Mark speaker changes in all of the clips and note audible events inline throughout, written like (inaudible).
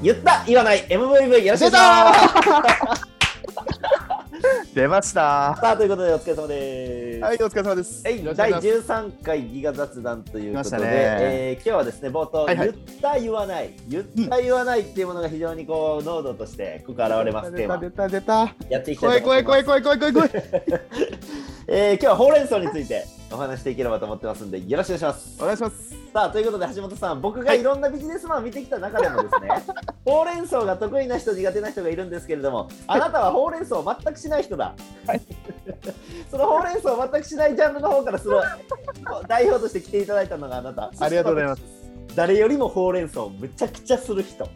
Speaker 1: 言った言わない MVV よろしくお願いします
Speaker 2: 出ました。
Speaker 1: さあということでお疲れ様です、
Speaker 2: はい、お疲れ様です。
Speaker 1: はい
Speaker 2: よろしくお願
Speaker 1: 第
Speaker 2: いします
Speaker 1: 13回ギガ雑談ということで、
Speaker 2: 来ましたね
Speaker 1: えー今日はですね冒頭、
Speaker 2: はいはい
Speaker 1: 言った言わない言った言わないっていうものが非常にこう濃度として濃く現れますテー
Speaker 2: 出た
Speaker 1: マ
Speaker 2: 出た出た。
Speaker 1: やっていきた
Speaker 2: 怖
Speaker 1: い
Speaker 2: い
Speaker 1: と思
Speaker 2: 怖
Speaker 1: い
Speaker 2: い
Speaker 1: ます
Speaker 2: 怖い怖い怖い怖い怖い。
Speaker 1: えー今日はほうれん草についてお話しできればと思ってますんでよろしくお願いします
Speaker 2: お願いします。
Speaker 1: さあということで橋本さん僕が
Speaker 2: はい
Speaker 1: いろんなビジネスマンを見てきた中でもですね、
Speaker 2: (laughs)
Speaker 1: ほうれん草が得意な人苦手な人がいるんですけれどもあなたはほうれん草を全くしない人だ、 (laughs) そのほうれん草を全くしないジャンルの方からそ
Speaker 2: (laughs)
Speaker 1: の代表として来ていただいたのがあなた
Speaker 2: ありがとうございます
Speaker 1: 誰よりもほうれん草をむちゃくちゃする人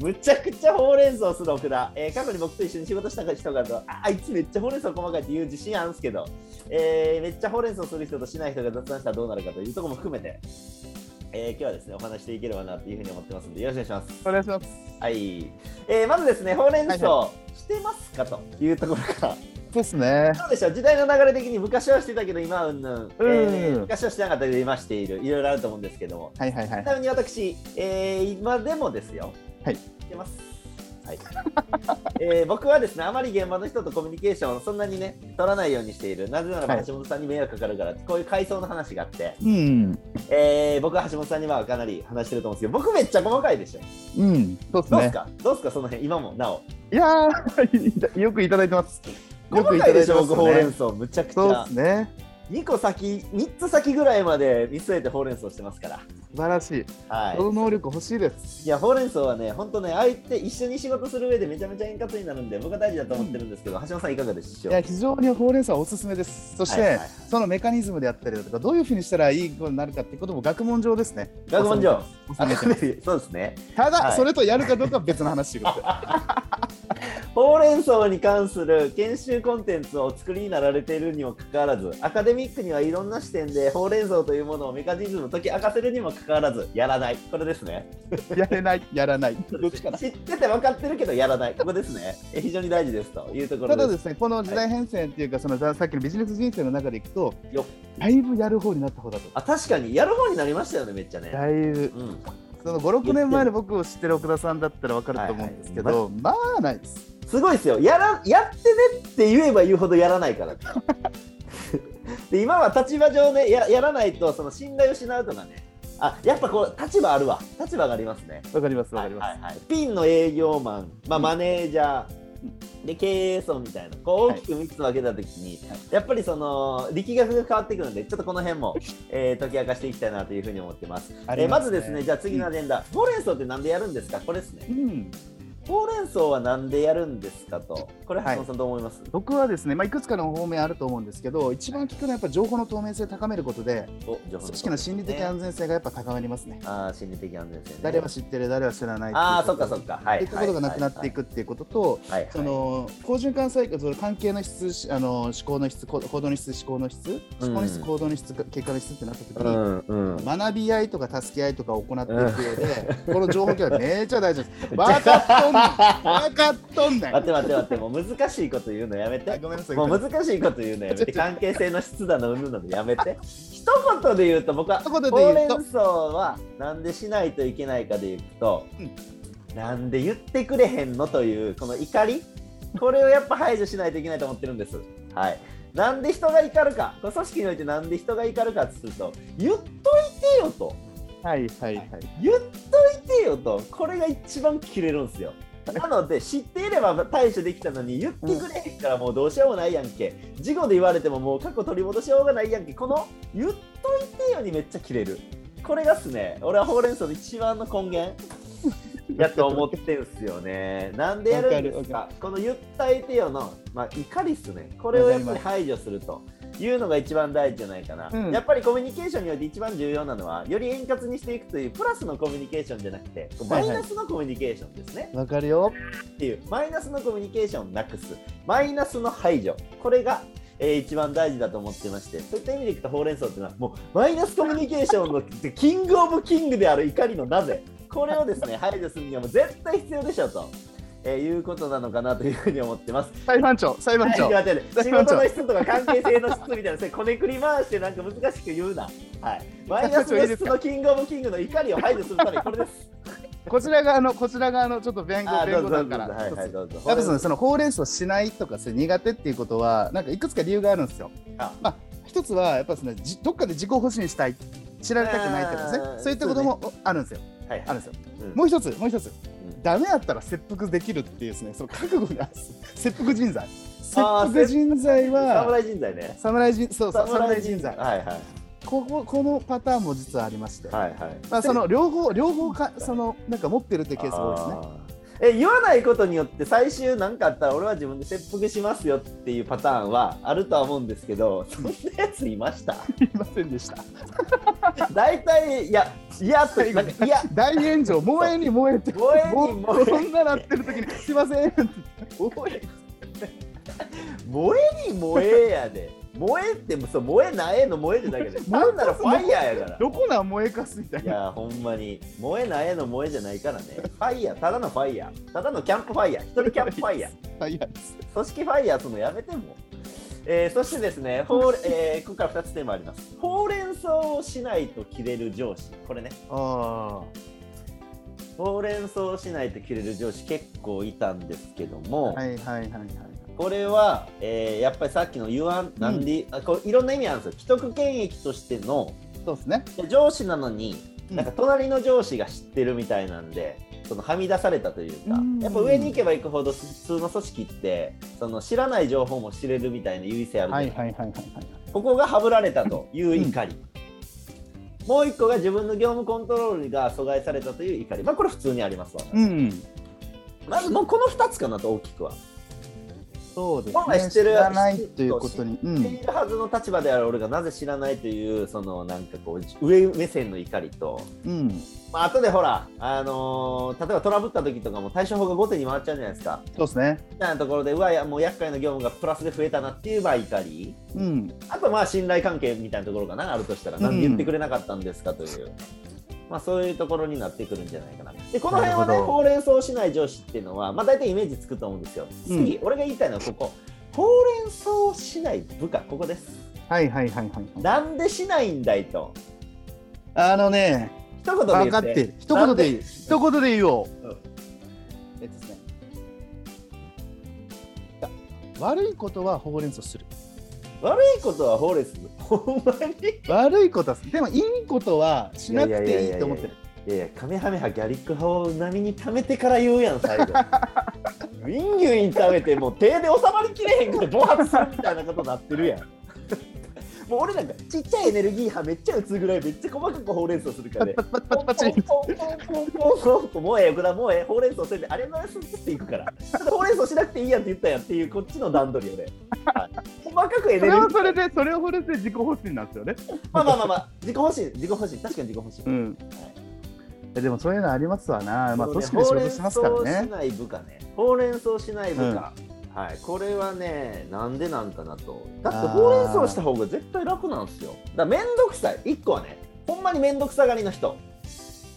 Speaker 1: むちゃくちゃほうれん草する奥田、えー過去に僕と一緒に仕事した人がとああいつめっちゃほうれん草細かいって言う自信あるんですけど、えーめっちゃほうれん草する人としない人が雑談したらどうなるかというところも含めて、えー今日はですねお話していければなというふうに思ってますのでよろしくお願いします。
Speaker 2: お願いします。
Speaker 1: はいえーまずですねほうれん草、
Speaker 2: はいは
Speaker 1: してますかというところから
Speaker 2: そうですね。
Speaker 1: どうでしょう時代の流れ的に昔はしてたけど今はうんぬん、えー
Speaker 2: うん
Speaker 1: 昔はしてなかったけど今しているいろいろあると思うんですけども
Speaker 2: はいはいは
Speaker 1: ち
Speaker 2: い。
Speaker 1: なみに私、えー今でもですよ。
Speaker 2: はい
Speaker 1: 知ってます。はい。 (laughs) えー僕はですね、あまり現場の人とコミュニケーションをそんなにね、取らないようにしている。なぜならば
Speaker 2: はい
Speaker 1: 橋本さんに迷惑かかるから、こういう階層の話があって、
Speaker 2: うん。
Speaker 1: えー僕は橋本さんにはかなり話してると思うんですけど、僕めっちゃ細かいでしょ。
Speaker 2: うん。そ
Speaker 1: どう
Speaker 2: うです
Speaker 1: です
Speaker 2: ね。
Speaker 1: か、どうですか、その辺、今もなお。
Speaker 2: いやー、 (laughs) よくいただいてます。よ
Speaker 1: 細
Speaker 2: くい
Speaker 1: か
Speaker 2: た
Speaker 1: いで
Speaker 2: だい
Speaker 1: してょ、
Speaker 2: ます
Speaker 1: 僕ほうれん
Speaker 2: ね。
Speaker 1: 草、むちゃくち
Speaker 2: そう
Speaker 1: ゃ
Speaker 2: で。すね。
Speaker 1: 2個先、3つ先ぐらいまで見据えてほうれん草してますから。
Speaker 2: 素晴らしい。
Speaker 1: はい。
Speaker 2: その能力欲しいです。
Speaker 1: いやほうれん草はね、本当ね、相手一緒に仕事する上でめちゃめちゃ円滑になるんで、僕は大事だと思ってるんですけど、橋本さん、いかがでし
Speaker 2: い
Speaker 1: ょう
Speaker 2: や、非常にほうれん草はおすすめです。そして、
Speaker 1: はいはいはい
Speaker 2: そのメカニズムであったりだとか、どういうふうにしたらいいことになるかってことも学問上ですね。
Speaker 1: 学問上、
Speaker 2: 収めてます。
Speaker 1: あ (laughs) そうですね、
Speaker 2: ただ、
Speaker 1: はい
Speaker 2: それとやるかどうかは別の話ということで。
Speaker 1: ほうれん草に関する研修コンテンツをお作りになられているにもかかわらず、アカデミックにはいろんな視点で、ほうれん草というものをメカニズム解き明かせるにもかかわらず、やらない、これですね。 (laughs)
Speaker 2: やれない、やらない。どっちかな。
Speaker 1: 知ってて分かってるけど、やらない、ここですね。え非常に大事ですというところ
Speaker 2: た
Speaker 1: で
Speaker 2: だ
Speaker 1: す。
Speaker 2: ですね、この時代変遷っていうか、そのざさっきのビジネス人生の中でいくと、
Speaker 1: よっ
Speaker 2: だいぶやる方になった方だと。
Speaker 1: あ確かに、やる方になりましたよね、めっちゃね。
Speaker 2: だいぶ、
Speaker 1: うん、
Speaker 2: その5、6年前の僕を知ってる奥田さんだったらわかると思うんですけ
Speaker 1: はい
Speaker 2: ど、まあないです。
Speaker 1: すごいですよやらやってねって言えば言うほどやらないからね (laughs) で今は立場上ねややらないとその信頼を失うとかねあやっぱこう立場あるわ立場がありますね
Speaker 2: わかります、わかりま
Speaker 1: は
Speaker 2: す。
Speaker 1: いはいはいピンの営業マン、まあ、
Speaker 2: うん
Speaker 1: マネージャー、で経営層みたいなこう大
Speaker 2: はい
Speaker 1: きく3つ分けた時に、
Speaker 2: はい
Speaker 1: やっぱりその力学が変わってくるんでちょっとこの辺も、えー解き明かしていきたいなというふうに思ってます
Speaker 2: あ
Speaker 1: え
Speaker 2: り
Speaker 1: ーま
Speaker 2: ね
Speaker 1: ずですね、じゃあ次のアジェンダ、ほうれん草ってなんでやるんですかこれですね
Speaker 2: うん、
Speaker 1: ほうれん草はなんでやるんですかと、これ、橋
Speaker 2: はい
Speaker 1: 本さん、どう思います、
Speaker 2: 僕はですね、まあ、いくつかの方面あると思うんですけど、一番聞くのはやっぱ情報の透明性を高めることで、
Speaker 1: お情報
Speaker 2: 組織の心理的安全性がやっぱ高まりますね。
Speaker 1: あー心理的安全性、ね、
Speaker 2: 誰は知ってる、誰は知らないっていうこと
Speaker 1: ああ、そっかそっか、はい。
Speaker 2: ってことがなくなってい
Speaker 1: く、
Speaker 2: くっていうことと、
Speaker 1: はいはい
Speaker 2: その好循環サイクル、その関係の質、しあの思考の質、こ行動の質、思考の質、
Speaker 1: うん
Speaker 2: 思考の質、行動の質、結果の質ってなった時
Speaker 1: う
Speaker 2: に、
Speaker 1: んうん、
Speaker 2: 学び合いとか助け合いとかを行っていく上で、この情報共有はめっちゃ大
Speaker 1: (laughs)
Speaker 2: 事です。わかっとんねん、わかっとんね
Speaker 1: 待っ
Speaker 2: ん。
Speaker 1: て待って待って、もう難しいこと言うのやめ
Speaker 2: あ
Speaker 1: て。
Speaker 2: ごめんなさい。
Speaker 1: も
Speaker 2: ごめ
Speaker 1: うん
Speaker 2: なさい
Speaker 1: 難しいこと言う
Speaker 2: (laughs)
Speaker 1: のやめて、関係性の質だの、うんぬんなのやめて。一言で言うと、僕は、
Speaker 2: 一言で
Speaker 1: ほうれ
Speaker 2: 言
Speaker 1: ん
Speaker 2: うと
Speaker 1: 草はなんでしないといけないかで言うと、
Speaker 2: うん
Speaker 1: なんで言ってくれへんのという、この怒り、これをやっぱ排除しないといけないと思ってるんです。はい。なんで人が怒るか、これ組織においてなんで人が怒るかってすると、言っといてよと、
Speaker 2: はいはいはい。
Speaker 1: 言っといてよと、これが一番切れるんですよ。なので知っていれば対処できたのに言ってくれへんからもうどうしようもないやんけ事故で言われてももう過去取り戻しようがないやんけこの言っといてよにめっちゃ切れるこれがっすね俺はほうれん草の一番の根源やと思ってんすよねなんでやるんですか
Speaker 2: わ
Speaker 1: この言ったいてよの、まあ、怒りっすねこれをやっぱり排除するというのが一番大事じゃないかな、
Speaker 2: うん
Speaker 1: やっぱりコミュニケーションにおいて一番重要なのはより円滑にしていくというプラスのコミュニケーションじゃなくてマイナスのコミュニケーションですね、
Speaker 2: わかるよ。
Speaker 1: っていうマイナスのコミュニケーションをなくすマイナスの排除これが、えー一番大事だと思ってましてそういった意味でいくとほうれん草っていうのはもうマイナスコミュニケーションのキングオブキングである怒りのなぜこれをですね排除するにはもう絶対必要でしょうと、えーいうことなのかなというふうに思ってます。
Speaker 2: 裁判長、裁判長。
Speaker 1: はい待って待って仕事の質とか関係性の質みたいなそれこねくり回してなんか難
Speaker 2: (laughs)
Speaker 1: しく言うな、はい、マイナスの質のキングオブキングの怒りを排除するためにこれです
Speaker 2: こちら側の、こちら側のちょっと弁護
Speaker 1: あ、ど
Speaker 2: 弁
Speaker 1: うぞど
Speaker 2: 護
Speaker 1: う
Speaker 2: だ
Speaker 1: ぞ
Speaker 2: から。
Speaker 1: はいはい
Speaker 2: や
Speaker 1: どうぞ。
Speaker 2: っぱそのそのほうれん草しないとかそれ苦手っていうことはなんかいくつか理由があるんですよ。
Speaker 1: あ
Speaker 2: まあ、一つはやっぱそのじどっかで自己保身したい知られたくないとか
Speaker 1: あ
Speaker 2: で
Speaker 1: ー
Speaker 2: すねそういったこともあるんですよ。
Speaker 1: はいはい
Speaker 2: あるんですよ。
Speaker 1: うん
Speaker 2: もう一つもう一つ
Speaker 1: ん
Speaker 2: ダメやったら切腹できるっていうですねその覚悟が切腹人材切
Speaker 1: あー
Speaker 2: 腹人材は
Speaker 1: 侍人材ね。
Speaker 2: 侍人そうそう侍人材
Speaker 1: はいはい
Speaker 2: こここのパターンも実はありまして、
Speaker 1: はいはい。
Speaker 2: まあ、その両方両方かそのなんか持ってるってケースが多いですね。
Speaker 1: あーえ言わないことによって最終何かあったら俺は自分で切腹しますよっていうパターンはあるとは思うんですけどそんなやついました (laughs)
Speaker 2: すいませんでした。
Speaker 1: 大体いやいやとなんかいや
Speaker 2: 大炎上燃えに燃えて
Speaker 1: 燃えに
Speaker 2: も
Speaker 1: 燃えて
Speaker 2: こんななってる時にすいませんって燃え
Speaker 1: 燃えに燃えやで燃えってそう燃えないの燃えじゃ (laughs) ないけど
Speaker 2: 燃え
Speaker 1: なんならファイヤーやから
Speaker 2: どこなん燃えかすみたい
Speaker 1: い
Speaker 2: な。
Speaker 1: やほんまに燃えないの燃えじゃないからねファイヤーただのファイヤーただのキャンプファイヤー一人キャンプファイヤー
Speaker 2: はいはいです
Speaker 1: 組織ファイヤーするのやめても、えーそしてです (laughs) ねほうれ、えー、ここから2つテーマありますほうれん草をしないと切れる上司これね
Speaker 2: あ
Speaker 1: ほうれん草をしないと切れる上司結構いたんですけど
Speaker 2: あ
Speaker 1: も、
Speaker 2: はいはいはいはい。
Speaker 1: これは、えーやっぱりさっきの言わんなんで、あこういろんな意味あるんですよ既得権益としての
Speaker 2: そうですね。
Speaker 1: 上司なのに
Speaker 2: うん
Speaker 1: なんか隣の上司が知ってるみたいなんで、そのはみ出されたというか、
Speaker 2: うん
Speaker 1: やっぱ上に行けば行くほど普通の組織ってその知らない情報も知れるみたいな優位性あるじゃな
Speaker 2: はいい
Speaker 1: ですか
Speaker 2: はいはいはいはい。
Speaker 1: ここがはぶられたという怒り、もう一個が自分の業務コントロールが阻害されたという怒り、まあ、これ普通にありますわ、
Speaker 2: うん。
Speaker 1: まずもうこの2つかなと大きくは。
Speaker 2: そうですね。
Speaker 1: 本来知ってる
Speaker 2: 知らないということに。
Speaker 1: 知
Speaker 2: う
Speaker 1: って
Speaker 2: ん。
Speaker 1: いるはずの立場である俺がなぜ知らないというそのなんかこう上目線の怒りと、
Speaker 2: うん。
Speaker 1: まあ後でほら、あのー例えばトラブった時とかも対処法が後手に回っちゃうじゃないですか
Speaker 2: そうですね。
Speaker 1: みたいなところでうわいやもう厄介な業務がプラスで増えたなっていうまあ怒り
Speaker 2: うん。
Speaker 1: あとまあ信頼関係みたいなところかなあるとしたら
Speaker 2: うん
Speaker 1: 何で言ってくれなかったんですかという、まあそういうところになってくるんじゃないかなでこの辺は
Speaker 2: な
Speaker 1: ね
Speaker 2: るほど
Speaker 1: ほうれん草しない上司っていうのはまあ大体イメージつくと思うんですよ
Speaker 2: うん
Speaker 1: 次、俺が言いたいのはここほうれん草をしない部下ここです
Speaker 2: はいはいはいはい。
Speaker 1: なんでしないんだいと
Speaker 2: あのね、
Speaker 1: 一言で言
Speaker 2: 分
Speaker 1: って
Speaker 2: かってる。一言でいい。一言で言おう
Speaker 1: うん。
Speaker 2: えっとですね。悪いことはほうれん草する。
Speaker 1: 悪いことはほうれん草ほんまに
Speaker 2: 悪いことはする。でもいいことはしなくていいと思ってる。
Speaker 1: いやいやカメハメハギャリック派を波に溜めてから言うやん最
Speaker 2: (laughs)
Speaker 1: 後ウィンギュイン溜めてもう手で収まりきれへんから暴発するみたいなことになって
Speaker 2: (laughs)
Speaker 1: るやんもう俺なんかちっちゃいエネルギー派めっちゃ打つぐらいめっちゃ細かくほうれん草するからね
Speaker 2: パチパチパチパチ。
Speaker 1: ポンポンポンポンポンポンポンもうええよくだもうええほうれん草せんであれますっていくからちょっとほうれん草しなくていいやんって言ったやんっていうこっちの段取りよね、はい細かくエ
Speaker 2: そ
Speaker 1: ネル
Speaker 2: れ
Speaker 1: ギ
Speaker 2: は
Speaker 1: ー
Speaker 2: それで、それをそれで自己保身なんですよね。
Speaker 1: まあまあまあまあ自己保身自己保身確かに自己保身、
Speaker 2: うん。えでもそういうのありますわな。まあ、
Speaker 1: そう
Speaker 2: 組
Speaker 1: ね
Speaker 2: 織で仕事しますから
Speaker 1: ほうれん草をし。
Speaker 2: ね
Speaker 1: ない部下ね。ほうれん草をしない部下。はい、これはね、なんでなんかなと。だって
Speaker 2: あー
Speaker 1: ほうれん草した方が絶対楽なんですよ。だからめんどくさい。一個はね、ほんまにめんどくさがりの人。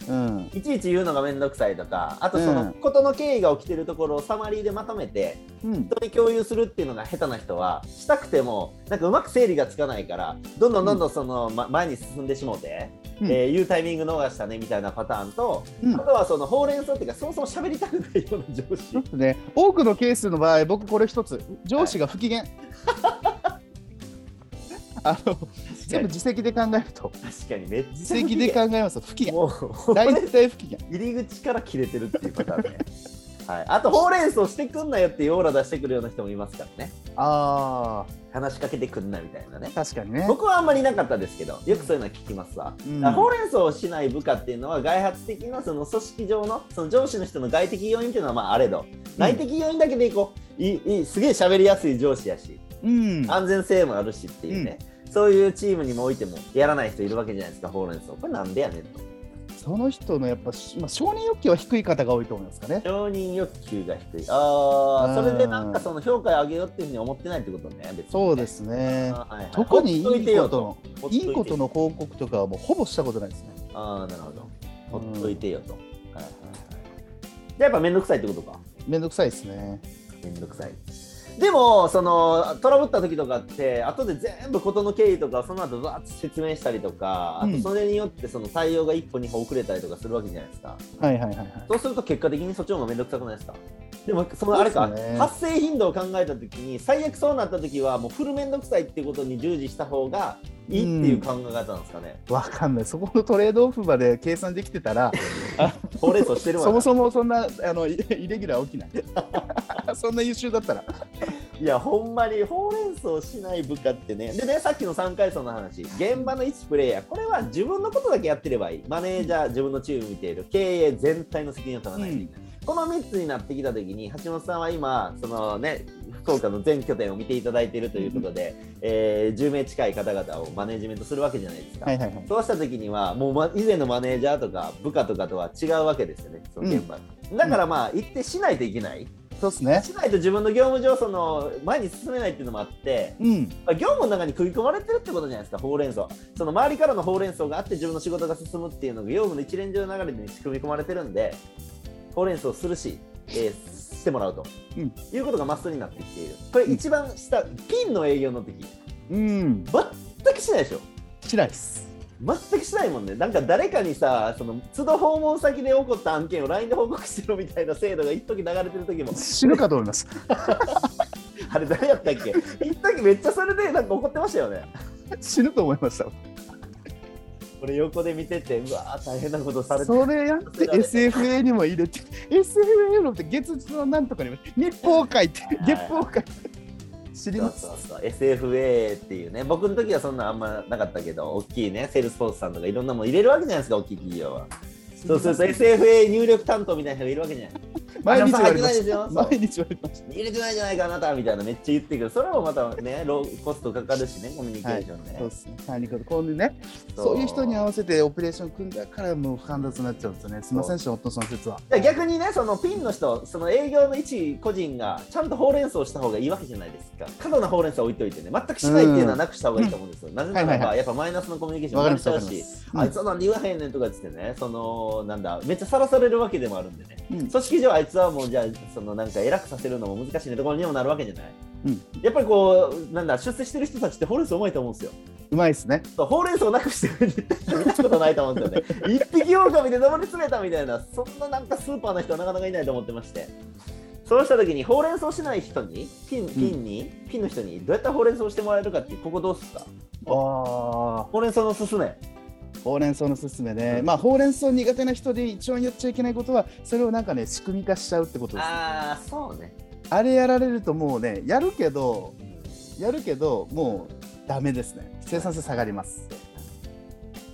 Speaker 2: うん。
Speaker 1: いちいち言うのがめんどくさいとか、あとそうの
Speaker 2: ん
Speaker 1: ことの経緯が起きてるところをサマリーでまとめて、
Speaker 2: うん。
Speaker 1: 人に共有するっていうのが下手な人は、したくても、なんかうまく整理がつかないから、どんどんどんどんその、ま前に進んでしもうて、
Speaker 2: うん
Speaker 1: えー言うタイミング逃したねみたいなパターンと、
Speaker 2: うん
Speaker 1: あとはそのほうれん草っていうかそもそも喋りたくないような上司
Speaker 2: そうですね。多くのケースの場合、僕これ一つ、上司が不機嫌。あの、 (laughs) 全部自責で考えると。
Speaker 1: 確かにめっ
Speaker 2: (laughs) 自
Speaker 1: ちゃ不機
Speaker 2: 責
Speaker 1: 嫌
Speaker 2: で考えますと、不機嫌。
Speaker 1: もう
Speaker 2: 大体不機嫌。
Speaker 1: 入り口から切れてるっていうパターンねはい、あとほうれん草してくんなよっていうオーラ出してくるような人もいますからね
Speaker 2: あ
Speaker 1: 話しかけてくんなみたいなね
Speaker 2: あ、確かにね。
Speaker 1: 僕はあんまりいなかったですけどよくそういうのは聞きますわ、
Speaker 2: うん
Speaker 1: だからほうれん草をしない部下っていうのは外発的なその組織上のその上司の人の外的要因っていうのはまああれど内的要因だけでいこう、いいいいすげえ喋りやすい上司やし
Speaker 2: うん。
Speaker 1: 安全性もあるしっていうね、そういうチームにもおいてもやらない人いるわけじゃないですかほうれん草これなんでやねんと
Speaker 2: その人のやっぱ、しまあ、承認欲求は低い方が多いと思いますかね。
Speaker 1: 承認欲求が低いああ
Speaker 2: うん
Speaker 1: それでなんかその評価を上げようっていうふうに思ってないってことね別に
Speaker 2: そうですね。
Speaker 1: あーはいはい
Speaker 2: 特にいい
Speaker 1: ほっとてよ
Speaker 2: ことの、いいことの報告とかはもうほぼしたことないですね。
Speaker 1: ああなるほど
Speaker 2: うん
Speaker 1: ほっといてよと、はいはいはいじゃあやっぱ面倒くさいってことか
Speaker 2: めんどくさいですね。
Speaker 1: 面倒くさいでもそのトラブった時とかって後で全部事の経緯とかその後バーッと説明したりとか、
Speaker 2: うん
Speaker 1: あとそれによってその対応が一歩二歩遅れたりとかするわけじゃないですか
Speaker 2: はいはいはいはい。
Speaker 1: そうすると結果的にそっちの方が面倒くさくないですかでもそのあれか、
Speaker 2: そうですね
Speaker 1: 発生頻度を考えた時に最悪そうなった時はもうフル面倒くさいっていうことに従事した方がいいっていう考え方なんですかね、
Speaker 2: わかんない。そこのトレードオフまで計算できてたら、
Speaker 1: ほうれん草してるわな
Speaker 2: そもそもそんなあのイイレギュラー起きない。 (laughs) そんな優秀だったら。
Speaker 1: いやほんまにほうれん草しない部下ってねでねさっきの3階層の話現場の一プレイヤーこれは自分のことだけやってればいいマネージャー自分のチーム見ている経営全体の責任を取らないといけない、この3つになってきた時に橋本さんは今そのね福岡の全拠点を見ていただいているということで、えー10名近い方々をマネージメントするわけじゃないですか、
Speaker 2: はいはいはい。
Speaker 1: そうした時にはもうま以前のマネージャーとか部下とかとは違うわけですよねその現場、だからまあ一定しないといけない、
Speaker 2: そうですね。
Speaker 1: しないと自分の業務上その前に進めないっていうのもあって
Speaker 2: うん。
Speaker 1: まあ業務の中に食い込まれてるってことじゃないですかほうれん草その周りからのほうれん草があって自分の仕事が進むっていうのが業務の一連上の流れに組み込まれてるんでほうれん草をするし、えーしてもらうと、
Speaker 2: うん
Speaker 1: いうことがマストになってきているこれ一番下、ピンの営業の時
Speaker 2: うん。
Speaker 1: 全くしないでしょ
Speaker 2: しないっす。
Speaker 1: 全くしないもんねなんか誰かにさその都度訪問先で起こった案件を LINE で報告してるみたいな制度が一時流れてる時も
Speaker 2: 死ぬかと思います。
Speaker 1: (laughs) あれ誰やったっけ一時めっちゃそれでなんか怒ってましたよね
Speaker 2: 死ぬと思いました。
Speaker 1: 俺横で見ててうわー大変なことされてる
Speaker 2: それやって SFA にも入れて SFA のって月次のなんとかにも日報会って月報会知り
Speaker 1: そう
Speaker 2: ます
Speaker 1: そうそう SFA っていうね僕の時はそんなあんまなかったけど大きいねセールスフォースさんとかいろんなもの入れるわけじゃないですか大きい企業はそうすると SFA 入力担当みたいな人がいるわけじゃない
Speaker 2: (laughs) 毎日言わ
Speaker 1: 入
Speaker 2: れま
Speaker 1: ってないですよ
Speaker 2: した毎日言われまし
Speaker 1: 入れてないじゃないかあなたみたいなめっちゃ言ってくるそれもまたねローコストかかるしねコミュニケーションね、
Speaker 2: たそうですね管理官こういうねそういう人に合わせてオペレーション組んだからもう煩雑になっちゃうんですよねすいませんショットその説は
Speaker 1: だから逆にね、そのピンの人、その営業の一個人がちゃんとほうれん草をした方がいいわけじゃないですか。過度なほうれん草を置いといてね、全くしないっていうのはなくした方がいいと思うんですよ。なぜなら
Speaker 2: はいはい
Speaker 1: ば、やっぱマイナスのコミュニケーション
Speaker 2: わ
Speaker 1: 生
Speaker 2: か
Speaker 1: ま
Speaker 2: り
Speaker 1: れちゃう
Speaker 2: ますわかり
Speaker 1: し
Speaker 2: ま、す
Speaker 1: あいつはなんで言わへんねんとかっつってね、その、なんだ、めっちゃさらされるわけでもあるんでね。
Speaker 2: うんうん
Speaker 1: 組織上あいつはもうじゃあそのなんか偉くさせるのも難しいところにもなるわけじゃない、
Speaker 2: うん
Speaker 1: やっぱりこうなんだ出世してる人たちってほうれん草うまいと思うんですよ
Speaker 2: うまいですね
Speaker 1: そうほうれん草なくしてる人って見たことないと思うんですよね一匹狼で登り詰めたみたいなそんななんかスーパーな人はなかなかいないと思ってましてそうした時にほうれん草しない人にピンピンに、ピンの人にどうやったらほうれん草をしてもらえるかっていうここどうっすか
Speaker 2: あ
Speaker 1: ほうれん草のすすめ
Speaker 2: ほうれん草のすすめね、
Speaker 1: うん
Speaker 2: まあほうれん草苦手な人で一番やっちゃいけないことはそれをなんかね仕組み化しちゃうってことです
Speaker 1: ああそうね
Speaker 2: あれやられるともうねやるけどやるけどもうダメですね生産性下がります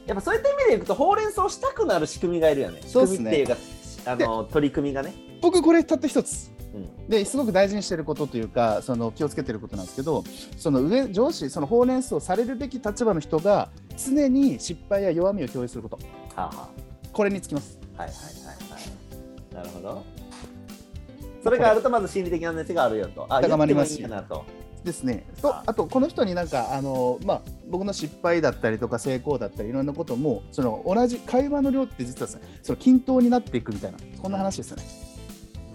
Speaker 1: やっぱそういった意味でいくとほうれん草をしたくなる仕組みがいるよね
Speaker 2: そうっす
Speaker 1: 仕
Speaker 2: ね
Speaker 1: 組みっていうかあの取り組みがね、
Speaker 2: 僕これたった一つ
Speaker 1: うん、
Speaker 2: ですごく大事にしてることというかその気をつけてることなんですけどその上上司そのほうれん草をされるべき立場の人が常に失敗や弱みを共有すること
Speaker 1: はあはあ
Speaker 2: これにつきます
Speaker 1: はいはいはいはい。なるほど。それがあるとまず心理的な熱があるよと。あ、
Speaker 2: 高まります
Speaker 1: 言ってもいいかなと。
Speaker 2: ですねとあとこの人になんかあの、まあ、僕の失敗だったりとか成功だったりいろんなこともその同じ会話の量って実はですねその均等になっていくみたいなこんな話ですよね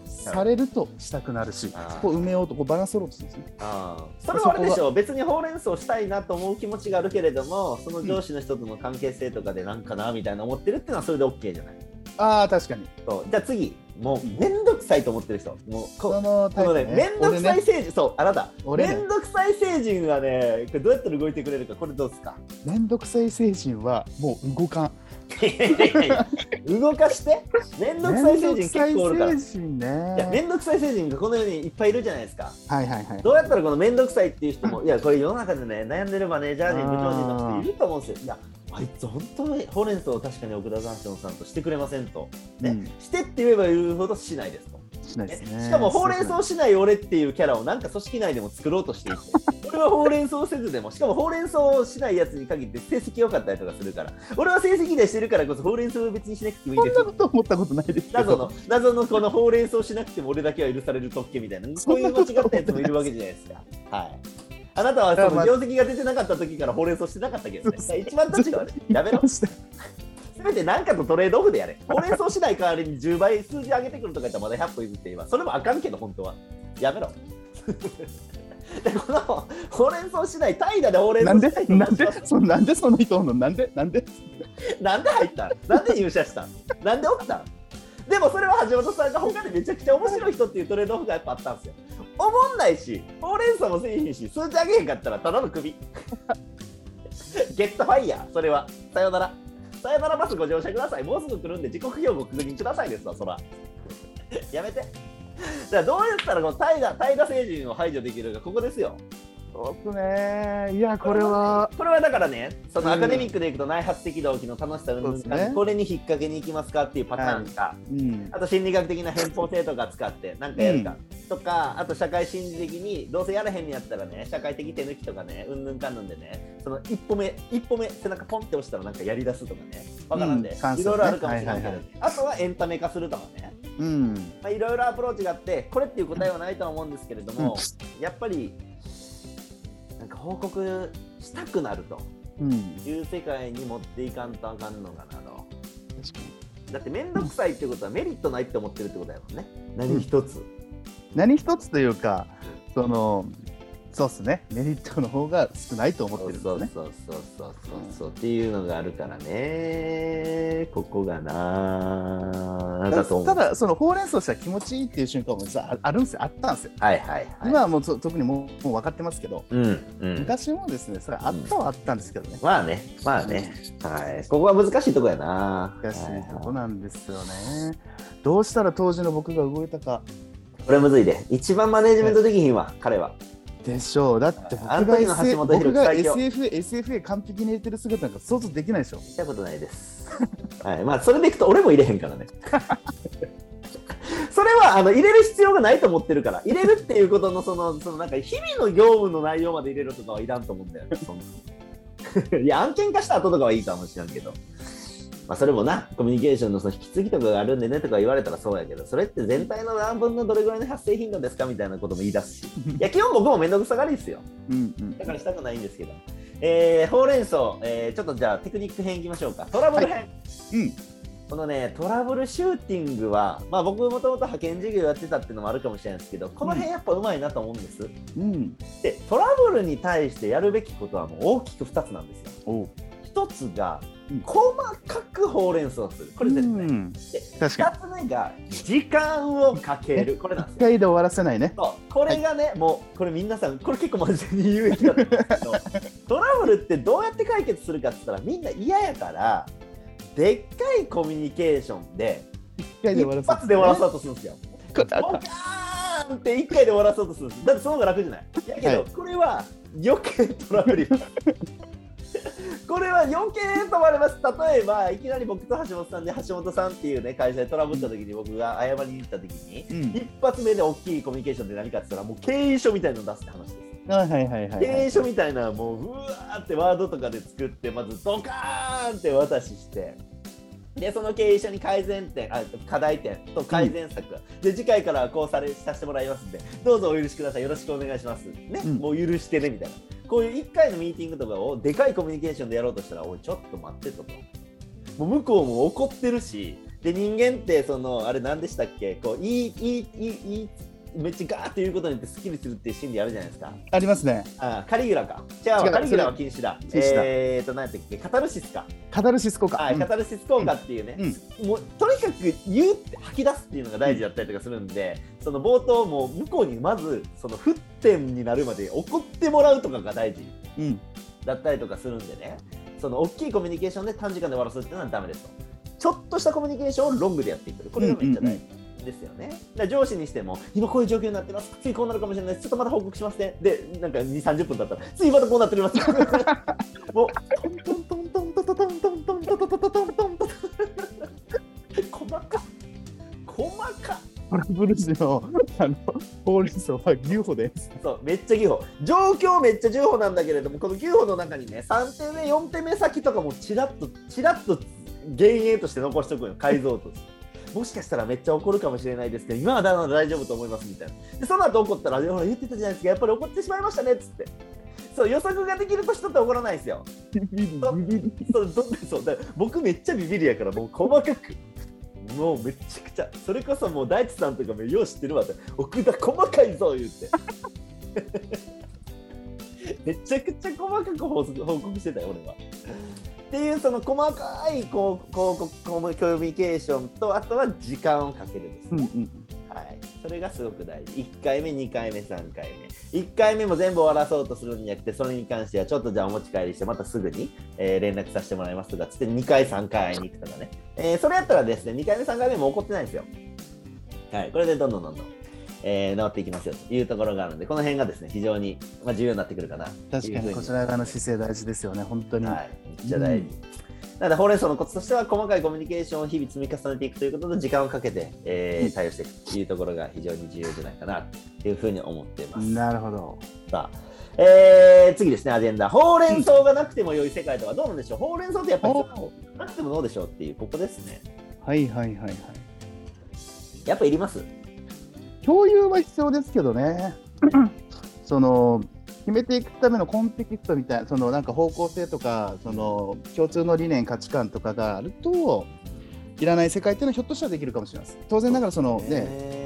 Speaker 2: されるとしたくなるし
Speaker 1: あー
Speaker 2: ここ埋めようとこうバランス取ろうとするんですね
Speaker 1: あーそれはあれでしょう。別にほうれん草したいなと思う気持ちがあるけれども、その上司の人との関係性とかでなんかなみたいな思ってるっていうのはそれで OK じゃない。
Speaker 2: ああ確かに
Speaker 1: そうじゃあ次、もうめんどくさいと思ってる人。もうこ
Speaker 2: そのタ
Speaker 1: こ
Speaker 2: イ
Speaker 1: の
Speaker 2: プ
Speaker 1: ね、
Speaker 2: ね
Speaker 1: めんどくさい成人、そう、あなた、
Speaker 2: 俺
Speaker 1: め
Speaker 2: ね
Speaker 1: んどくさい成人はね、これどうやって動いてくれるか、これどうです
Speaker 2: (laughs)
Speaker 1: か
Speaker 2: めんどくさい精神はもう動かん
Speaker 1: 動かして、めんどくさい成人結構おるから
Speaker 2: めんどくさい。精神ね
Speaker 1: いや、めんどくさい成人がこの世にいっぱいいるじゃないですか。
Speaker 2: はいはいはい
Speaker 1: どうやったらこの面倒くさいっていう人も、いや、これ世の中でね、悩んでるマネージャー人、
Speaker 2: あー
Speaker 1: 部長人の人いると思うんですよ。いや、あいつ本当にほうれん草を確かに奥田山椒さんとしてくれませんと。ね、
Speaker 2: うん
Speaker 1: してって言えば言うほどしないですと。
Speaker 2: しないですね
Speaker 1: しかもほうれん草をしない俺っていうキャラをなんか組織内でも作ろうとしていて。俺はほうれん草をせずでも、しかもほうれん草をしないやつに限って成績良かったりとかするから、俺は成績でしてるからこそほうれん草を別にしなくてもいい
Speaker 2: そ
Speaker 1: で
Speaker 2: ん
Speaker 1: す
Speaker 2: なこと思ったことないですけど
Speaker 1: 謎の謎のこのほうれん草しなくても俺だけは許される特権みたいなこういう間違ったやつもいるわけじゃないですか。はいあなたはその業績が出てなかった時からほうれん草してなかったけどね。一番どっちが悪い
Speaker 2: (laughs)
Speaker 1: やめろ。
Speaker 2: して
Speaker 1: すべて何かとトレードオフでや (laughs) れ。ほうれん草しない代わりに10倍数字上げてくるとか言ったらまだ100歩譲って今。それもあかんけど、本当は。やめろ。 (laughs) でこのほうれん草しない怠惰でほうれん
Speaker 2: なんで
Speaker 1: 草しないと
Speaker 2: なんでそなんでその人おんのなんでなんで
Speaker 1: (laughs) なんで入ったんなんで入社したんなんでおったんでもそれは橋本さんが他でめちゃくちゃ面白い人っていうトレードオフがやっぱあったんですよ。おもんないし、ほうれん草もせえへんし、数字上げへんかったらただの首。 (laughs) ゲットファイヤー、それは。さよなら。さよならバスご乗車ください。もうすぐ来るんで時刻表ご確認くださいですわ、そら。やめて。だからどうやったらこの怠惰、怠惰成人を排除できるか、ここですよ。
Speaker 2: そうっすねいやこれは
Speaker 1: これはだからねそのアカデミックでいくと内発的動機の楽しさ云々
Speaker 2: そうですね
Speaker 1: これに引っ掛けに行きますかっていうパターンか、
Speaker 2: うん
Speaker 1: あと心理学的な偏方性とか使ってなんかやるか、とかあと社会心理的にどうせやらへんのやったらね社会的手抜きとかねうんぬんかんぬんでねその一歩目一歩目背中ポンって押したらなんかやりだすとかねわからんで、
Speaker 2: うん感想ね
Speaker 1: いろいろあるかもしれないけど、
Speaker 2: はいはい
Speaker 1: あとはエンタメ化するとかね
Speaker 2: うん
Speaker 1: まあいろいろアプローチがあってこれっていう答えはないとは思うんですけれども、やっぱりなんか報告したくなると。
Speaker 2: うん
Speaker 1: いう世界に持っていかんとあかんのかなと。
Speaker 2: 確かに
Speaker 1: だって面倒くさいってことはメリットないって思ってるってことやもんね。何一つ。
Speaker 2: 何一つというかそのそうっすねメリットの方が少ないと思ってるんです
Speaker 1: そ
Speaker 2: よ
Speaker 1: う
Speaker 2: ね
Speaker 1: そうそうそうそうそう、っていうのがあるからね。ここがなあ。だと思う。
Speaker 2: ただそのほうれん草したら気持ちいいっていう瞬間も実はああるんですよあったんですよ、
Speaker 1: はいはいはい。
Speaker 2: 今はもうそ特にもうもう分かってますけど
Speaker 1: うんうん。
Speaker 2: 昔もですねそれあったはあったんですけどね、
Speaker 1: まあね、まあね。はい。ここは難しいとこやな。
Speaker 2: 難しいとこ
Speaker 1: はいはい
Speaker 2: なんですよねどうしたら当時の僕が動いたか
Speaker 1: これむずいで。一番マネジメントできひんわ、彼は。
Speaker 2: でしょうだって僕
Speaker 1: あの時の
Speaker 2: が S-
Speaker 1: 橋本
Speaker 2: 僕が
Speaker 1: 最強
Speaker 2: SFASFA 完璧に入れてる姿なんか想像できないでしょ
Speaker 1: 見たことないです。はい、まあそれでいくと俺も入れへんからね。 (laughs) それはあの入れる必要がないと思ってるから入れるっていうことのそのそのなんか日々の業務の内容まで入れるとかはいらんと思うんだよね。そんな (laughs) いや案件化した後とかはいいかもしれんけど、まあ、それもなコミュニケーションのその引き継ぎとかがあるんでねとか言われたらそうやけどそれって全体の何分のどれぐらいの発生頻度ですかみたいなことも言い出すしいや基本僕も面倒くさがりですよ。
Speaker 2: うんうん
Speaker 1: だからしたくないんですけど。えーほうれん草、えーちょっとじゃあテクニック編いきましょうか。トラブル編、
Speaker 2: うん
Speaker 1: このね、トラブルシューティングは、まあ、僕もともと派遣事業やってたっていうのもあるかもしれないですけど、この辺やっぱうまいなと思うんです。
Speaker 2: うん
Speaker 1: で、トラブルに対してやるべきことはもう大きく2つなんですよ。
Speaker 2: おう
Speaker 1: 1つが
Speaker 2: うん、
Speaker 1: 細かくほうれん草をする。これ絶対。
Speaker 2: うん
Speaker 1: で
Speaker 2: 確か
Speaker 1: 2つ目が、時間をかける。これなんですよ
Speaker 2: に一。回で終わらせないね
Speaker 1: そうこれがね、もうこれ皆さんこれ結構真面目に言うべきだと思うん (laughs) ですけどトラブルってどうやって解決するかって言ったらみんな嫌やからでっかいコミュニケーションで
Speaker 2: 一回で終わら
Speaker 1: 一
Speaker 2: せない
Speaker 1: 発で終わらそうとするんですよ。
Speaker 2: これあ
Speaker 1: ボ
Speaker 2: っ
Speaker 1: カーンって一回で終わらそうとするんですだってその方が楽じゃないやけど、
Speaker 2: はい
Speaker 1: これは余計トラブル (laughs) これは余計止まれます例えばいきなり僕と橋本さんで橋本さんっていうね会社でトラブった時に僕が謝りに行った時に、
Speaker 2: たう
Speaker 1: 一発目で大きいコミュニケーションで何かって言ったらもう経営書みたいなの出すって話です、
Speaker 2: んはいはいはいはい
Speaker 1: 経営書みたいなのはもううわーってワードとかで作ってまずドカーンって渡ししてでその経営書に改善点あ課題点と改善策、で次回からはこうされさせてもらいますんでどうぞお許しくださいよろしくお願いしますね、
Speaker 2: うん
Speaker 1: もう許してねみたいなこういう1回のミーティングとかをでかいコミュニケーションでやろうとしたらおいちょっと待ってとともう向こうも怒ってるしで人間ってそのあれ何でしたっけこういいいいいいいいめっちゃガーって言うことによってスッキリするっていう心理あるじゃないですか
Speaker 2: ありますね
Speaker 1: あカリギュラか。違う
Speaker 2: 違
Speaker 1: わ、
Speaker 2: う
Speaker 1: カリギュラは禁止だ。
Speaker 2: 禁止だ
Speaker 1: えーと、何やったっけ、カタルシスか。
Speaker 2: カタルシス効果
Speaker 1: はい、
Speaker 2: うん
Speaker 1: カタルシス効果っていうね、もうとにかく言うって吐き出すっていうのが大事だったりとかするんで、その冒頭、もう向こうにまず、その沸点になるまで怒ってもらうとかが大事
Speaker 2: うんうん
Speaker 1: だったりとかするんでね、その大きいコミュニケーションで短時間で終わらすっていうのはダメですと。ちょっとしたコミュニケーションをロングでやっていく。これがめっちゃ大事。ですよね。だから上司にしても、今こういう状況になってます、次こうなるかもしれないです、ちょっとまた報告しますね。で、なんか2、30分だったら、次またこうなっております。もう、トントントントントントントントントントントントントントントン細か細か
Speaker 2: トラブル時のあのほうれん草は牛歩です。
Speaker 1: そう、めっちゃ牛歩。状況めっちゃ牛歩なんだけれども、この牛歩の中にね、3点目、4点目先とかもちらっと、ちらっと幻影として残しとくよ、改造として。もしかしたらめっちゃ怒るかもしれないですけど、今はだ大丈夫と思いますみたいな。で、その後怒ったら、ほら言ってたじゃないですか、やっぱり怒ってしまいましたねっつって。そう、予測ができると人って怒らないんですよ。
Speaker 2: ビビるビビる
Speaker 1: そうどそうだから僕めっちゃビビりやから、もう細かく。もうめちゃくちゃそれこそもう大地さんとかもよう知ってるわって奥田細かいぞ言って (laughs) めちゃくちゃ細かく報告報告してたよ俺は。っていうその細かいこうこうこうコミュニケーションとあとは時間をかけるです
Speaker 2: うんう
Speaker 1: ね、
Speaker 2: ん
Speaker 1: はい、それがすごく大事1回目2回目3回目1回目も全部終わらそうとするんじゃなくてそれに関してはちょっとじゃあお持ち帰りしてまたすぐに、えー連絡させてもらいますとかつって2回3回会いに行くとかね、えーそれやったらですね2回目3回目も怒ってないんですよはいこれでどんどんどんどん、えー治っていきますよというところがあるのでこの辺がですね非常に、まあ、重要になってくるかな
Speaker 2: 確かにこちら側の姿勢大事ですよね本当に、
Speaker 1: はい、めっちゃ大事。なので、ほうれん草のコツとしては、細かいコミュニケーションを日々積み重ねていくということと、時間をかけて、えー
Speaker 2: うん
Speaker 1: 対応していくというところが非常に重要じゃないかなというふうに思っています。
Speaker 2: なるほど
Speaker 1: さあえー次ですね、アジェンダ。ほうれん草がなくても良い世界とはどうなんでしょう、ほうれん草ってやっぱり
Speaker 2: お
Speaker 1: なくてもどうでしょうっていう、ここですね。
Speaker 2: はいはいはいはい
Speaker 1: やっぱいります
Speaker 2: 共有は必要ですけど (clears throat) ねその決めていくためのコンテキストみたいなそのなんか方向性とかその共通の理念価値観とかがあるといらない世界っていうのはひょっとしたらできるかもしれないです当然ながらそのね、え
Speaker 1: え
Speaker 2: ー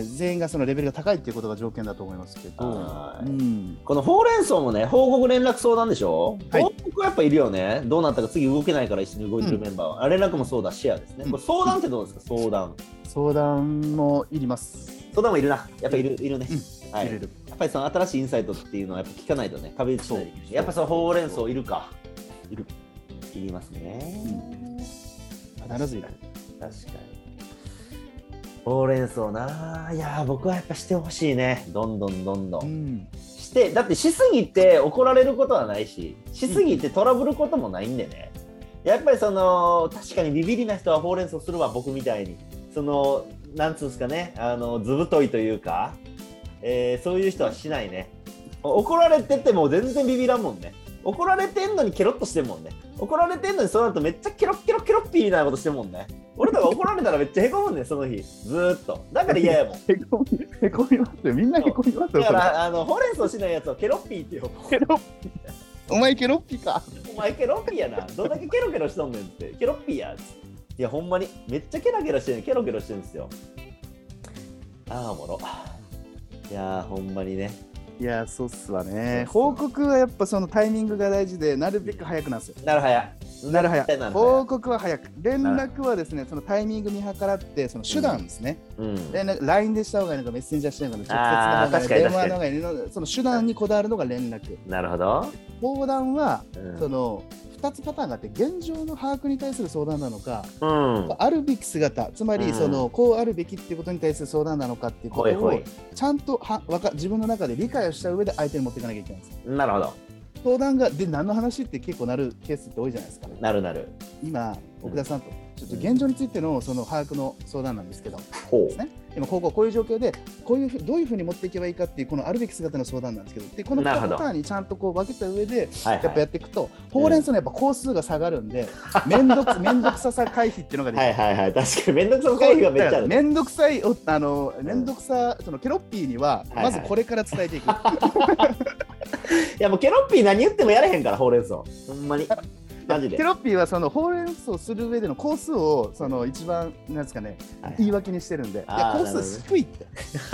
Speaker 2: 全員がそのレベルが高いっていうことが条件だと思いますけど
Speaker 1: は、
Speaker 2: う
Speaker 1: い
Speaker 2: ん、
Speaker 1: このほうれん草もね、報告連絡相談でしょ、
Speaker 2: はい
Speaker 1: 報告はやっぱいるよね、どうなったか次動けないから一緒に動いてるメンバーは、あ連絡もそうだ、シェアですね、
Speaker 2: うん
Speaker 1: これ相談ってどうですか、相談。
Speaker 2: 相談もいります
Speaker 1: 相談もいるな、やっぱいるいるね、はい、
Speaker 2: 入れ
Speaker 1: や
Speaker 2: る
Speaker 1: っぱりその新しいインサイトっていうのはやっぱ聞かないとね、壁打ちしないといけない
Speaker 2: そう
Speaker 1: やっぱそのほうれん草いるか、
Speaker 2: いる
Speaker 1: いりますね、
Speaker 2: 必ずいる
Speaker 1: 確かに。ほうれん草なあ、いやー、僕はやっぱしてほしいね、どんどんどんどん。
Speaker 2: うん
Speaker 1: してだってしすぎて怒られることはないししすぎてトラブることもないんでね、やっぱりその確かにビビりな人はほうれん草するわ僕みたいにそのなんつうんですかねあのずぶといというか、えーそういう人はしないね怒られてても全然ビビらんもんね怒られてんのにケロッとしてんもんね怒られてんのにその後めっちゃケロッケロッケロッピーなことしてんもんね俺とか怒られたらめっちゃへこむんねその日ずーっとだから嫌やもん
Speaker 2: (laughs) へこみへこみますよみんなへこみます
Speaker 1: だ
Speaker 2: よ
Speaker 1: か
Speaker 2: それ
Speaker 1: らあのほうれん草しないやつをケロッピーって呼ぼう
Speaker 2: ケロッピーお前ケロッピーか
Speaker 1: お前ケロッピーやな。どんだけケロケロしとんねんって。ケロッピーやっつって。いや、ほんまに。めっちゃケラケラしてるケロケロしてるんですよ。ああ、おもろ。いやー、ほんまにね。
Speaker 2: いやーそうっすわ
Speaker 1: そうっすわ
Speaker 2: ね報告はやっぱそのタイミングが大事でなるべく早くなんですよ
Speaker 1: なるはや。
Speaker 2: なる早
Speaker 1: 絶対なる
Speaker 2: く
Speaker 1: 早
Speaker 2: 報告は早く連絡はですねそのタイミング見計らってその手段ですね、
Speaker 1: うん。
Speaker 2: 連絡 LINE でした方がいいのかメッセンジャーした方がいいのか
Speaker 1: あー
Speaker 2: 直接の方がいいの
Speaker 1: 確か
Speaker 2: か電話
Speaker 1: に
Speaker 2: の方がいいのかその手段にこだわるのが連絡
Speaker 1: なるほど。
Speaker 2: 相談は
Speaker 1: うん
Speaker 2: その2つパターンがあって現状の把握に対する相談なのか
Speaker 1: うん。
Speaker 2: あるべき姿つま
Speaker 1: う
Speaker 2: り
Speaker 1: ん
Speaker 2: そのこうあるべきっていうことに対する相談なのかっていうこ
Speaker 1: ほい
Speaker 2: と
Speaker 1: ほ
Speaker 2: を
Speaker 1: い。
Speaker 2: ちゃんとはわか自分の中で理解をした上で相手に持っていかなきゃいけないんです
Speaker 1: なるほど。
Speaker 2: 相談がで何の話って結構なるケースって多いじゃないですか
Speaker 1: なるなる。
Speaker 2: 今奥田さんとちょっと現状についてのその把握の相談なんですけど
Speaker 1: ほ
Speaker 2: ですね今こうこうこういう状況でこういうふうどういうふうに持っていけばいいかっていうこのあるべき姿の相談なんですけどでこの
Speaker 1: なる
Speaker 2: 2
Speaker 1: ほ
Speaker 2: パ
Speaker 1: ど
Speaker 2: ターンにちゃんとこう分けた上で
Speaker 1: はい、
Speaker 2: やっぱや
Speaker 1: は
Speaker 2: っていくと、ほうれん草のやっぱ工数が下がるんで面倒、く (laughs) 面倒くささ回避っていうのが
Speaker 1: い。
Speaker 2: できる
Speaker 1: はいはいはい。確かに、めんどくさい会議がめっちゃある。
Speaker 2: めんどくさいおあの面倒くさそのケロッピーにはまずこれから伝え
Speaker 1: (laughs)
Speaker 2: ていく、
Speaker 1: いや、もうケロッピー何言ってもやれへんから、ほうれん草。ほんまに。マジで
Speaker 2: ケ。ロッピーはそのほうれん草をする上での工数をその一番なんですかね
Speaker 1: はい
Speaker 2: 言い訳にしてるんで、いや
Speaker 1: あー
Speaker 2: 工数低いって、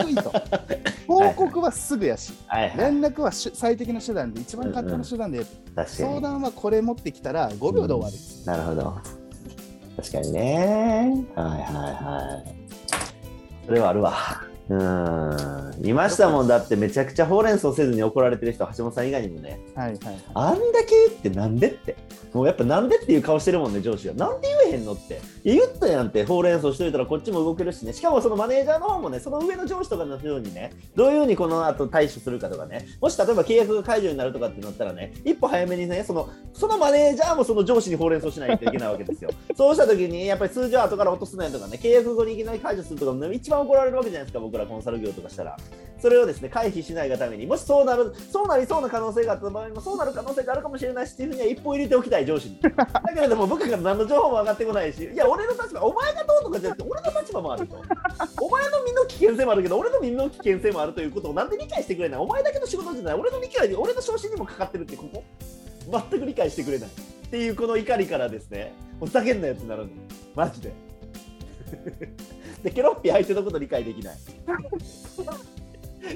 Speaker 2: 低い (laughs) と。報告はすぐやし、
Speaker 1: はいはい。
Speaker 2: 連絡はし最適な手段で、一番簡単な手 (laughs) 段で、
Speaker 1: 確か
Speaker 2: 相
Speaker 1: に。
Speaker 2: 談はこれ持ってきたら5秒で終わる。
Speaker 1: なるほど。確かにね。はいはいはい。それはあるわ。うん。いましたもんだってめちゃくちゃほうれん草せずに怒られてる人、橋本さん以外にもね。
Speaker 2: はいはいはい。
Speaker 1: あんだけ言ってなんでって。もうやっぱなんでっていう顔してるもんね、上司は。なんで言えへんのって。いや言ったやんって、ほうれん草しといたらこっちも動けるしね。しかもそのマネージャーの方もね、その上の上司とかのようにね、どういうふうにこの後対処するかとかね、もし例えば契約が解除になるとかってなったらね、一歩早めにね、そのそのマネージャーもその上司にほうれん草しないといけないわけですよ。そうした時に、やっぱり数字は後から落とすねとかね、契約後にいきなり解除するとかもね、一番怒られるわけじゃないですか、僕らコンサル業とかしたら。それをですね回避しないがためにもしそうなるそうなりそうな可能性があった場合もそうなる可能性があるかもしれないしっていうふうには一歩入れておきたい上司にだけれども部下から何の情報も上がってこないしいや俺の立場お前がどうとかじゃなくて俺の立場もあるとお前の身の危険性もあるけど俺の身の危険性もあるということをなんで理解してくれないお前だけの仕事じゃない俺の理解に俺の昇進にもかかってるってここ全く理解してくれないっていうこの怒りからですねふざけんなよってなるのマジで (laughs) でケロッピー相手のこと理解できない (laughs)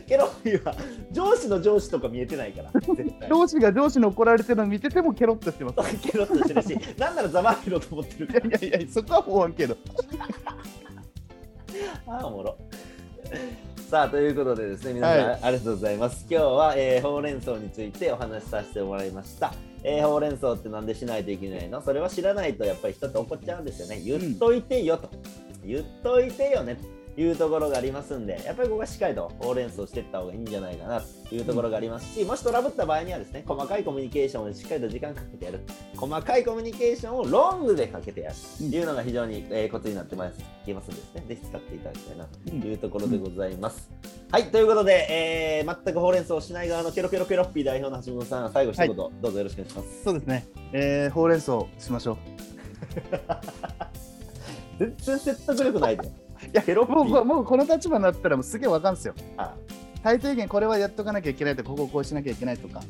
Speaker 1: ケロッピーは上司の上司とか見えてないから絶対
Speaker 2: 上司が上司に怒られてるの見ててもケロッとしてます。
Speaker 1: (laughs) ケロッとしてるしなんならざまあみろと思ってるから
Speaker 2: (laughs) いやいやいや、そこは法案けど。
Speaker 1: あーおもろ。 (laughs) さあということでですね皆さん、
Speaker 2: はい
Speaker 1: ありがとうございます今日は、えーほうれん草についてお話しさせてもらいました、えーほうれん草ってなんでしないといけないのそれは知らないとやっぱり人って怒っちゃうんですよね言っといてよと、言っといてよねというところがありますんでやっぱりここはしっかりとほうれん草していった方がいいんじゃないかなというところがありますし、もしトラブった場合にはですね細かいコミュニケーションをしっかりと時間かけてやる細かいコミュニケーションをロングでかけてやるというのが非常に、えーコツになってますいますんでですね、ぜひ使っていただきたいなというところでございます。はい、ということで、えー全くほうれん草をしない側のケロケロケロッピー代表の橋本さん、最後一言、どうぞよろしくお願いします。
Speaker 2: そうですね。えー、ほうれん草しましょ
Speaker 1: 全然説得力ないで。
Speaker 2: う。いや、
Speaker 1: ケロッピー
Speaker 2: もうもうもうこの立場になったらもうすげえわかんすよ。
Speaker 1: あ
Speaker 2: 最低限これはやっとかなきゃいけないとかここをこうしなきゃいけないとか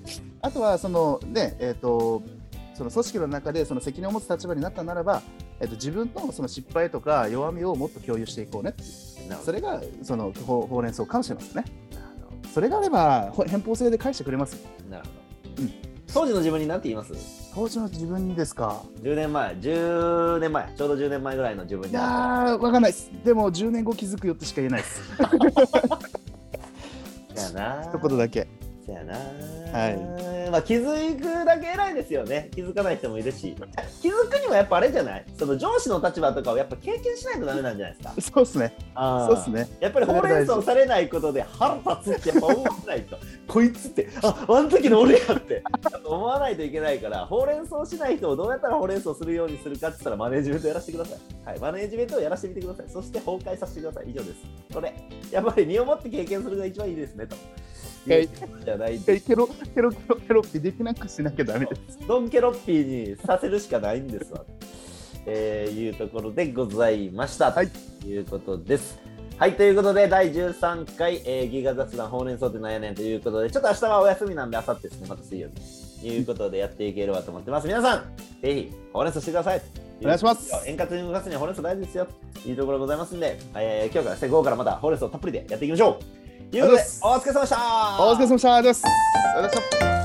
Speaker 2: あとはそのねえっ、とその組織の中でその責任を持つ立場になったならば、えっと自分のその失敗とか弱みをもっと共有していこうね
Speaker 1: なるほ
Speaker 2: そ
Speaker 1: ど
Speaker 2: れがそのほうほうれん草かもしれませんねそれがあればほ偏方性で返してくれます
Speaker 1: なるほど
Speaker 2: うん。
Speaker 1: 当時の自分に何て言います
Speaker 2: 当時の自分にですか
Speaker 1: ?10 年前、10年前、ちょうど10年前ぐらいの自分
Speaker 2: い
Speaker 1: に会ったら
Speaker 2: やーわかんないですでも10年後気づくよってしか言えないです
Speaker 1: そやな。
Speaker 2: 一言だけ
Speaker 1: そやな。
Speaker 2: は
Speaker 1: まあ、気づくだけ偉いですよね気づかない人もいるし気づくにもやっぱあれじゃないその上司の立場とかをやっぱ経験しないとダメなんじゃないですか
Speaker 2: そうですね
Speaker 1: あー
Speaker 2: そうですね
Speaker 1: やっぱりほうれん草されないことで腹立つってやっぱ思わないとこいつってああの時の俺やってやっぱ思わないといけないからほうれん草しない人をどうやったらほうれん草するようにするかって言ったらマネージメントやらせてください、はい、マネージメントをやらせてみてくださいそして崩壊させてください以上ですこれやっぱり身をもって経験するのが一番いいですねと。
Speaker 2: はい
Speaker 1: じゃない
Speaker 2: 一回ケロケロケロケロってできなくしなきゃダメです
Speaker 1: ドンケロッピーにさせるしかないんですわ。えー、いうところでございました。
Speaker 2: はい
Speaker 1: ということです。はい、ということで、第13回、えーギガ雑談、ほうれん草ってなんやねんということで、ちょっと明日はお休みなんで、明後日ですね、また水曜日。ということで、やっていければと思ってます。皆さん、ぜひ、ほうれん草してください。
Speaker 2: お願いします
Speaker 1: 円滑に動かすにはほうれん草大事ですよ。いいところございますんで、えー今日から、午後からまたほうれん草たっぷりでやっていきましょう。ということで、お疲れ様でした
Speaker 2: お疲れ様でしたありがとうございますありがとうございました